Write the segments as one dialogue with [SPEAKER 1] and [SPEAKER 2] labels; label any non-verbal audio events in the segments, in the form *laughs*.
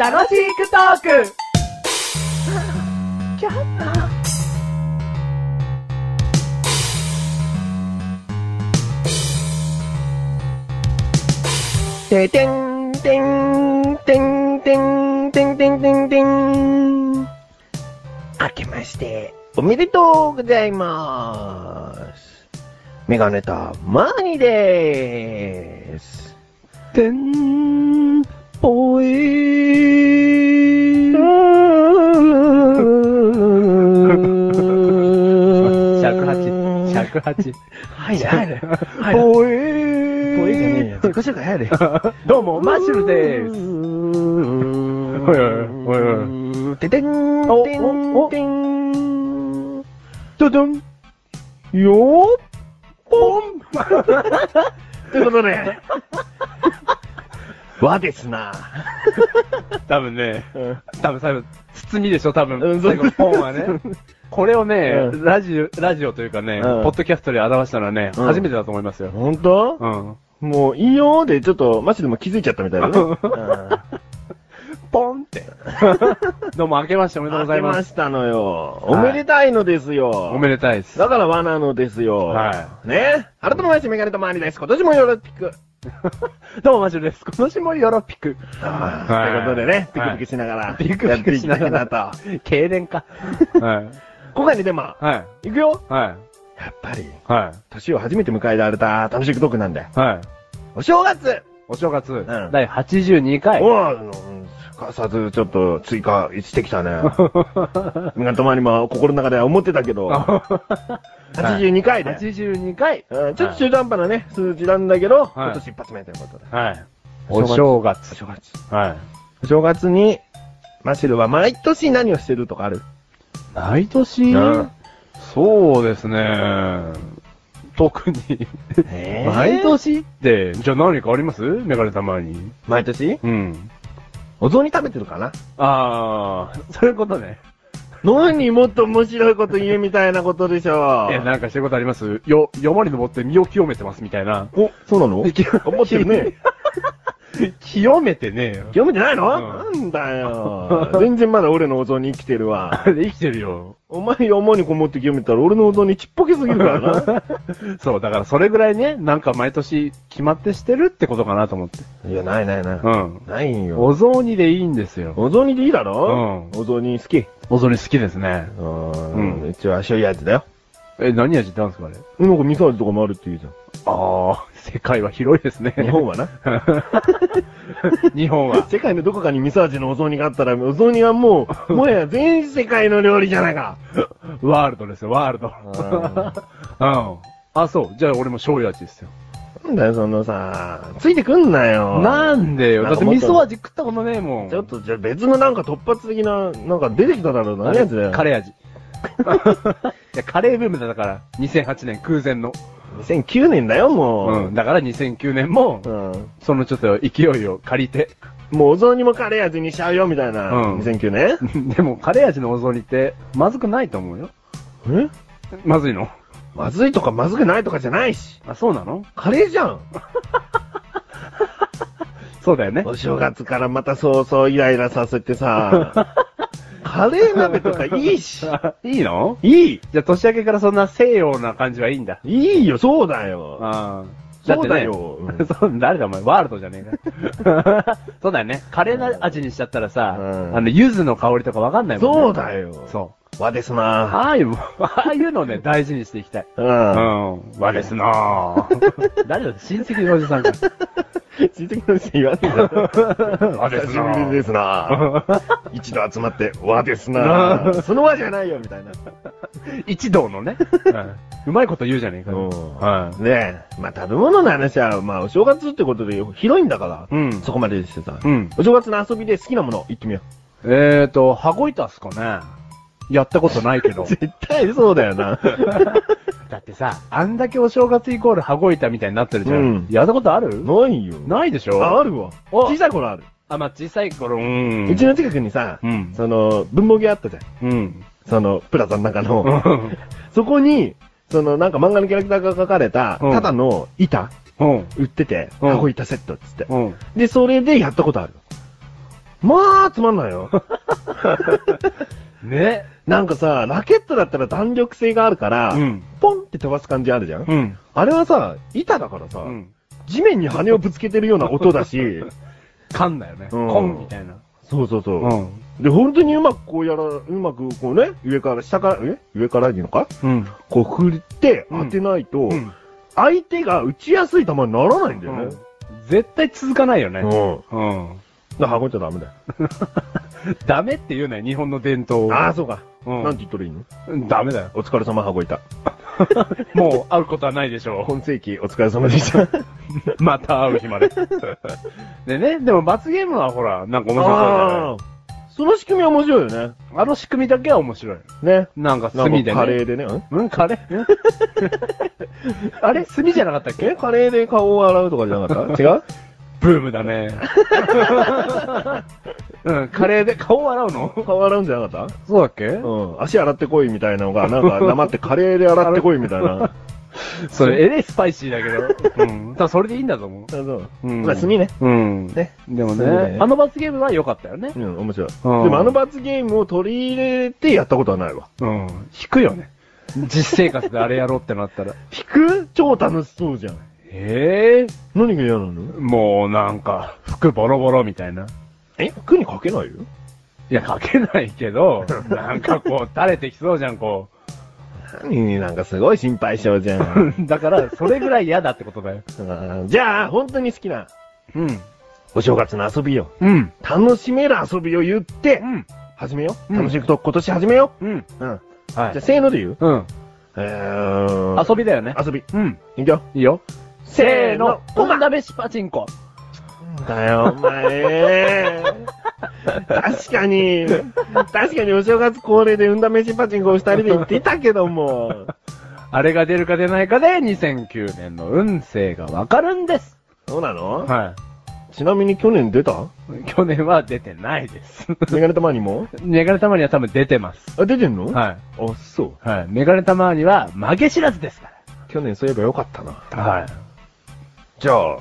[SPEAKER 1] 楽しくトークててんてんてんてんてんてんてんてん明けましておめでとうございますメガネタマーニーでーす
[SPEAKER 2] てんぽい。
[SPEAKER 3] 尺八。尺八。
[SPEAKER 1] はいはいはいはい
[SPEAKER 2] ぽい。
[SPEAKER 1] ぽいじゃねえよ自己紹介やれよどうもマッシュルでーす
[SPEAKER 3] はいはいはい
[SPEAKER 1] ててん
[SPEAKER 2] お
[SPEAKER 1] てん
[SPEAKER 2] お
[SPEAKER 1] てん
[SPEAKER 2] とどん。よ
[SPEAKER 1] ポンということで、和ですな。
[SPEAKER 3] 多分ね、
[SPEAKER 2] うん
[SPEAKER 3] 多分最後、包みでしょ、多分。
[SPEAKER 2] うんそう
[SPEAKER 3] 最後、ポンはね。これをね、
[SPEAKER 2] う
[SPEAKER 3] ラジオ、ラジオというかね、
[SPEAKER 2] うん
[SPEAKER 3] ポッドキャストで表したのはね、
[SPEAKER 1] うん
[SPEAKER 3] 初めてだと思いますよ。
[SPEAKER 2] ほんと
[SPEAKER 3] うん。
[SPEAKER 2] もういいよーで、ちょっと、マジでも気づいちゃったみたいだね。うん
[SPEAKER 3] ポンって。 *laughs* どうも、明けましておめでとうござい
[SPEAKER 2] 明け
[SPEAKER 3] ま。
[SPEAKER 2] ますしたのよ。お
[SPEAKER 3] はい
[SPEAKER 2] めでたいのですよ。
[SPEAKER 3] おめでたいです。
[SPEAKER 2] だから和なのですよ。
[SPEAKER 3] は
[SPEAKER 2] ね改めましてメガネとマーニーです。今年もよろしく。
[SPEAKER 3] どうも、マジュルです。今年もヨロピク。
[SPEAKER 2] あ
[SPEAKER 3] はい
[SPEAKER 2] ーということでね、ピ
[SPEAKER 3] は
[SPEAKER 2] ク
[SPEAKER 3] い
[SPEAKER 2] ピクしながら、
[SPEAKER 3] ピクピクしながら
[SPEAKER 2] やっていきたいなと。
[SPEAKER 3] 痙攣か。 *laughs* はい。
[SPEAKER 2] 今回にでも、
[SPEAKER 3] はい。
[SPEAKER 2] いくよ
[SPEAKER 3] はい。
[SPEAKER 2] やっぱり、
[SPEAKER 3] は
[SPEAKER 2] 年を初めて迎えられた楽しくトークなんだよ。
[SPEAKER 3] い。はい。
[SPEAKER 2] お正月
[SPEAKER 3] お正月、
[SPEAKER 2] ん
[SPEAKER 3] 第82回。
[SPEAKER 2] おーあのうんすかさずちょっと追加してきた
[SPEAKER 3] *laughs*
[SPEAKER 2] ね。みんなとまにも心の中では思ってたけど、82回で。
[SPEAKER 3] 82回。
[SPEAKER 2] うんちょっと中途半端なね、数字なんだけど、
[SPEAKER 3] はい
[SPEAKER 2] 今年一発目ということで。
[SPEAKER 3] はい。お正月。
[SPEAKER 2] お正月。
[SPEAKER 3] はい。
[SPEAKER 2] お正月に、マシルは毎年何をしてるとかある
[SPEAKER 3] 毎年、
[SPEAKER 2] うん
[SPEAKER 3] そうですね。特に、
[SPEAKER 2] えー
[SPEAKER 3] 毎年って、じゃあ何かありますメガネたまに。
[SPEAKER 2] 毎年
[SPEAKER 3] うん。
[SPEAKER 2] お雑煮食べてるかな
[SPEAKER 3] ああ、そういうことね。。
[SPEAKER 2] 何もっと面白いこと言うみたいなことでしょ
[SPEAKER 3] え、なんかしてることありますよ、山に登って身を清めてますみたいな。
[SPEAKER 2] お、そうなの *laughs*
[SPEAKER 3] いや
[SPEAKER 2] 思ってるね。
[SPEAKER 3] 清めてねえよ。
[SPEAKER 2] *laughs* 読めてないの、
[SPEAKER 3] う
[SPEAKER 2] なんだよ。全然まだ俺のお雑煮生きてるわ。
[SPEAKER 3] あれ生きてるよ。
[SPEAKER 2] お前山にこもって清めたら俺のお雑煮ちっぽけすぎるからな。
[SPEAKER 3] そう、だからそれぐらいね、なんか毎年決まってしてるってことかなと思って。
[SPEAKER 2] *laughs* いや、ないないない。
[SPEAKER 3] うん。
[SPEAKER 2] ないよ。
[SPEAKER 3] お雑煮でいいんですよ。
[SPEAKER 2] お雑煮でいいだろ
[SPEAKER 3] うん
[SPEAKER 2] お雑煮好き。
[SPEAKER 3] お雑煮好きですね。
[SPEAKER 2] うん
[SPEAKER 3] うん
[SPEAKER 2] うちは醤油味だよ。
[SPEAKER 3] え、何味ってなんですかあれ
[SPEAKER 2] なんか味噌味とかもあるって言うじゃ
[SPEAKER 3] ああ、世界は広いですね。
[SPEAKER 2] ん。日本はな。
[SPEAKER 3] *laughs* 日本は。
[SPEAKER 2] 世界のどこかに味噌味のお雑煮があったら、お雑煮はも
[SPEAKER 3] *laughs*
[SPEAKER 2] う、もはや全世界の料理じゃないか。
[SPEAKER 3] ワールドですよ、ワールド。うん。あ、そう。じゃあ俺も醤油味ですよ。
[SPEAKER 2] なんだよ、そのさ、ついてくんなよ。
[SPEAKER 3] なんでよ。だって味噌味食ったことねえもん。
[SPEAKER 2] ちょっと、じゃあ別のなんか突発的な、なんか出てきただろうな、
[SPEAKER 3] あ
[SPEAKER 2] 何
[SPEAKER 3] れ
[SPEAKER 2] やつだよ。
[SPEAKER 3] カレー *laughs* 味。いや、カレーブームだから、2008年空前の。
[SPEAKER 2] 2009年だよ、も
[SPEAKER 3] うん。だから2009年も
[SPEAKER 2] う。う、ん。
[SPEAKER 3] そのちょっと勢いを借りて。 *laughs*
[SPEAKER 2] もうお雑煮もカレー味にしちゃうよ、みたいな。
[SPEAKER 3] うん
[SPEAKER 2] 2009年
[SPEAKER 3] でも、カレー味のお雑煮って、まずくないと思うよ。
[SPEAKER 2] え
[SPEAKER 3] まずいの。
[SPEAKER 2] まずいとかまずくないとかじゃないし。
[SPEAKER 3] あ、そうなの
[SPEAKER 2] カレーじゃん。
[SPEAKER 3] そうだよね。
[SPEAKER 2] お正月からまたそうそうイライラさせてさ。カレー鍋とかいいし。
[SPEAKER 3] *laughs* *laughs* いいの
[SPEAKER 2] いい
[SPEAKER 3] じゃあ年明けからそんな西洋な感じはいいんだ。
[SPEAKER 2] いいよ、そうだよ。
[SPEAKER 3] ああ。
[SPEAKER 2] そうだよ
[SPEAKER 3] だってね *laughs* そう、誰だお前、ワールドじゃねえ
[SPEAKER 2] *laughs*
[SPEAKER 3] か。そうだよね。カレーの味にしちゃったらさ、
[SPEAKER 2] うん
[SPEAKER 3] あの、柚子の香りとかわかんないもんね。
[SPEAKER 2] そうだよ。
[SPEAKER 3] そう。
[SPEAKER 2] 和ですな
[SPEAKER 3] ああいう、 *laughs* ああいうのをね、大事にしていきたい。
[SPEAKER 2] *laughs*
[SPEAKER 3] う
[SPEAKER 2] うん。
[SPEAKER 3] ん。わですなぁ。 *laughs* 誰だ親戚のおじさんか。
[SPEAKER 2] *laughs* 親戚の人言わねえだろ。
[SPEAKER 3] わ
[SPEAKER 2] 久しぶりです *laughs* な一度集まって、和です *laughs* なその和じゃないよ、みたいな。
[SPEAKER 3] 一同のね。うんうまいこと言うじゃねえか。
[SPEAKER 2] うん
[SPEAKER 3] はい。
[SPEAKER 2] ねえ、まあ食べ物の話は、まあお正月ってことで広いんだから、
[SPEAKER 3] うん
[SPEAKER 2] そこまでしてさ、
[SPEAKER 3] うん
[SPEAKER 2] お正月の遊びで好きなもの言ってみよ
[SPEAKER 3] えーと、羽子板っすかね。やったことないけど
[SPEAKER 2] う。。 *laughs* 絶対そうだよ *laughs* な。
[SPEAKER 3] だってさ、あんだけお正月イコール羽子板みたいになってるじゃん。
[SPEAKER 2] うん
[SPEAKER 3] やったことある
[SPEAKER 2] ないよ。
[SPEAKER 3] ないでし
[SPEAKER 2] あ、
[SPEAKER 3] ょ
[SPEAKER 2] あるわ。
[SPEAKER 3] お
[SPEAKER 2] 小さい頃ある。
[SPEAKER 3] あ、まあ、小さい頃、うん。
[SPEAKER 2] うちの近くにさ、
[SPEAKER 3] うん
[SPEAKER 2] その、文房具屋あったじゃん。
[SPEAKER 3] うん。
[SPEAKER 2] その、プラザの中の、
[SPEAKER 3] うん。
[SPEAKER 2] そこに、その、なんか漫画のキャラクターが描かれた、
[SPEAKER 3] うん
[SPEAKER 2] ただの板
[SPEAKER 3] うん。
[SPEAKER 2] 売ってて、
[SPEAKER 3] うん
[SPEAKER 2] 箱板セットっつって。
[SPEAKER 3] うん。
[SPEAKER 2] で、それでやったことある。まあ、つまんないよ。 *laughs*
[SPEAKER 3] ね。
[SPEAKER 2] なんかさ、ラケットだったら弾力性があるから、
[SPEAKER 3] うん
[SPEAKER 2] ポンって飛ばす感じあるじゃん、
[SPEAKER 3] うん。
[SPEAKER 2] あれはさ、板だからさ、
[SPEAKER 3] うん。
[SPEAKER 2] 地面に羽をぶつけてるような音だ
[SPEAKER 3] *laughs*
[SPEAKER 2] し、
[SPEAKER 3] 噛んだよね。
[SPEAKER 2] うん
[SPEAKER 3] コンみたいな。
[SPEAKER 2] そうそうそう。
[SPEAKER 3] ん。
[SPEAKER 2] で、本当にうまくこうやら、うまくこうね、上から、下から、え上からでいいのか
[SPEAKER 3] うん。
[SPEAKER 2] こう振って
[SPEAKER 3] う
[SPEAKER 2] 当
[SPEAKER 3] ん
[SPEAKER 2] てないと、
[SPEAKER 3] うん。
[SPEAKER 2] 相手が打ちやすい球にならないんだよね。
[SPEAKER 3] 絶対続かないよね
[SPEAKER 2] う。ん。
[SPEAKER 3] うん。
[SPEAKER 2] だから、運んじゃダメだよ。
[SPEAKER 3] *laughs* ダメって言うなよ、日本の伝統を。
[SPEAKER 2] ああ、そうか。
[SPEAKER 3] うん
[SPEAKER 2] なんて言ったらいいの
[SPEAKER 3] ダメだよ。
[SPEAKER 2] お疲れ様、羽子板。
[SPEAKER 3] もう会うことはないでしょ
[SPEAKER 2] 今世紀、お疲れ様でした。
[SPEAKER 3] *laughs* う。また会う日まで。でね、でも罰ゲームはほら、なんか面白そうだよ
[SPEAKER 2] ああ、その仕組みは面白いよね。
[SPEAKER 3] ね。あの仕組みだけは面白い。
[SPEAKER 2] ね。
[SPEAKER 3] なんか
[SPEAKER 2] な
[SPEAKER 3] 炭
[SPEAKER 2] んか
[SPEAKER 3] でね。
[SPEAKER 2] カレーでね。ん
[SPEAKER 3] うん、カレーあれ炭じゃなかったっ
[SPEAKER 2] え
[SPEAKER 3] け
[SPEAKER 2] カレーで顔を洗うとかじゃなか *laughs* った違う
[SPEAKER 3] ブームだ *laughs* ね。うん、カレーで顔洗うの
[SPEAKER 2] 顔洗うんじゃなかっ
[SPEAKER 3] そうだっけ
[SPEAKER 2] たうん。足洗ってこいみたいなのが、なんか黙ってカレーで洗ってこいみたいな。
[SPEAKER 3] それ、えれスパイシーだけど。うん。ただそれでいいんだと思う。
[SPEAKER 2] *laughs* そう。
[SPEAKER 3] うん
[SPEAKER 2] まあ、炭ね。
[SPEAKER 3] うん。
[SPEAKER 2] ね。
[SPEAKER 3] でも
[SPEAKER 2] 炭だ
[SPEAKER 3] ね
[SPEAKER 2] ね、
[SPEAKER 3] あの罰ゲームは良かったよね。
[SPEAKER 2] うん、面白い。で
[SPEAKER 3] うん
[SPEAKER 2] もあの罰ゲームを取り入れてやったことはないわ。
[SPEAKER 3] うん。引くよね。実生活であれやろうってなったら。
[SPEAKER 2] 引く超楽しそうじゃん。
[SPEAKER 3] *laughs* ええ
[SPEAKER 2] 何が嫌なの
[SPEAKER 3] もうなんか、服ボロボロみたいな。
[SPEAKER 2] え服にかけないよ。
[SPEAKER 3] いや、かけないけど、 *laughs* なんかこう、垂れてきそうじゃん、こ
[SPEAKER 2] 何なんかすごい心配性じゃん。 *laughs*
[SPEAKER 3] う。 *laughs* だから、それぐらい嫌だってことだよ。
[SPEAKER 2] あーじゃあ、本当に好きな
[SPEAKER 3] うん。
[SPEAKER 2] お正月の遊びよ。
[SPEAKER 3] うん。
[SPEAKER 2] 楽しめる遊びを言って、
[SPEAKER 3] ん。
[SPEAKER 2] 始めよう。
[SPEAKER 3] うん
[SPEAKER 2] 楽しくと今年始めよ
[SPEAKER 3] うん。
[SPEAKER 2] う。うん。
[SPEAKER 3] は
[SPEAKER 2] じゃあ、。せーので言う。
[SPEAKER 3] うん。
[SPEAKER 2] えー、
[SPEAKER 3] 遊びだよね。
[SPEAKER 2] 遊び。
[SPEAKER 3] うん。
[SPEAKER 2] いくよ。
[SPEAKER 3] いいよ。
[SPEAKER 2] せーの、
[SPEAKER 3] ポン試しパチンコ。
[SPEAKER 2] だよ、お
[SPEAKER 3] *laughs*
[SPEAKER 2] 前。確かに、確かにお正月恒例で運試しパチンコを二人で行っていたけども。
[SPEAKER 3] あれが出るか出ないかで、2009年の運勢がわかるんです。
[SPEAKER 2] そうなの
[SPEAKER 3] は
[SPEAKER 2] ちなみに去年出た
[SPEAKER 3] い。去年は出てないです。 *laughs*
[SPEAKER 2] メガネ玉にも
[SPEAKER 3] メガネ玉には多分出てます。
[SPEAKER 2] あ、出てんのい。
[SPEAKER 3] は
[SPEAKER 2] あ、そう。
[SPEAKER 3] い。はい。メガネ玉には負け知らずですか
[SPEAKER 2] 去年そういえばよかったな。
[SPEAKER 3] ら。はい。
[SPEAKER 2] じゃあ、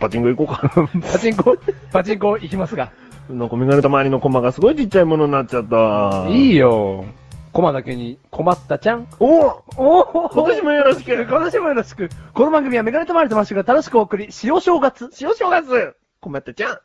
[SPEAKER 2] パチンコ行こうか。
[SPEAKER 3] *laughs* パチンコ、パチンコ行きますが。
[SPEAKER 2] なんかメガネ玉ありのコマがすごいちっちゃいものになっちゃった。
[SPEAKER 3] いい
[SPEAKER 2] い。
[SPEAKER 3] よ。コマだけに困ったちゃん。
[SPEAKER 2] お
[SPEAKER 3] おお
[SPEAKER 2] 今年もよろしく
[SPEAKER 3] 今年もよろしく。この番組はメガネとマリとマッシュが楽しくお送り、塩正月。
[SPEAKER 2] 塩正月困ったちゃん